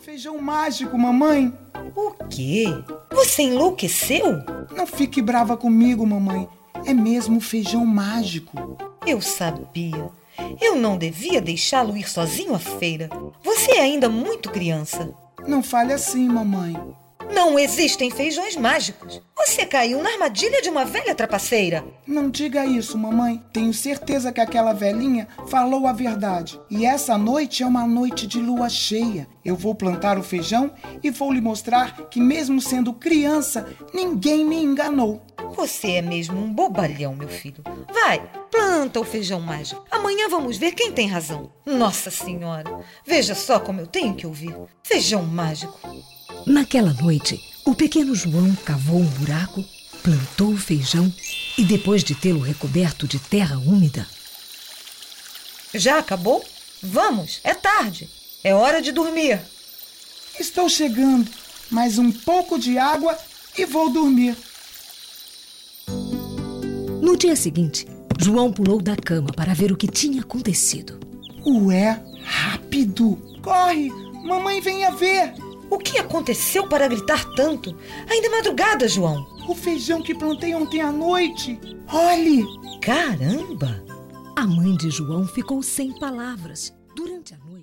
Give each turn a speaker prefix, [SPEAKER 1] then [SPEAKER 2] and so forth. [SPEAKER 1] Feijão mágico, mamãe.
[SPEAKER 2] O quê? Você enlouqueceu?
[SPEAKER 1] Não fique brava comigo, mamãe. É mesmo feijão mágico.
[SPEAKER 2] Eu sabia. Eu não devia deixá-lo ir sozinho à feira. Você é ainda muito criança.
[SPEAKER 1] Não fale assim, mamãe.
[SPEAKER 2] Não existem feijões mágicos. Você caiu na armadilha de uma velha trapaceira.
[SPEAKER 1] Não diga isso, mamãe. Tenho certeza que aquela velhinha falou a verdade. E essa noite é uma noite de lua cheia. Eu vou plantar o feijão e vou lhe mostrar que, mesmo sendo criança, ninguém me enganou.
[SPEAKER 2] Você é mesmo um bobalhão, meu filho. Vai, planta o feijão mágico. Amanhã vamos ver quem tem razão. Nossa Senhora, veja só como eu tenho que ouvir. Feijão mágico.
[SPEAKER 3] Naquela noite, o pequeno João cavou um buraco, plantou o feijão e, depois de tê-lo recoberto de terra úmida,
[SPEAKER 2] Já acabou? Vamos, é tarde. É hora de dormir.
[SPEAKER 1] Estou chegando. Mais um pouco de água e vou dormir.
[SPEAKER 3] no dia seguinte, João pulou da cama para ver o que tinha acontecido.
[SPEAKER 1] Ué, rápido! Corre! Mamãe, venha ver!
[SPEAKER 2] O que aconteceu para gritar tanto? Ainda é madrugada, João.
[SPEAKER 1] O feijão que plantei ontem à noite! Olhe!
[SPEAKER 2] Caramba!
[SPEAKER 3] A mãe de João ficou sem palavras durante a noite.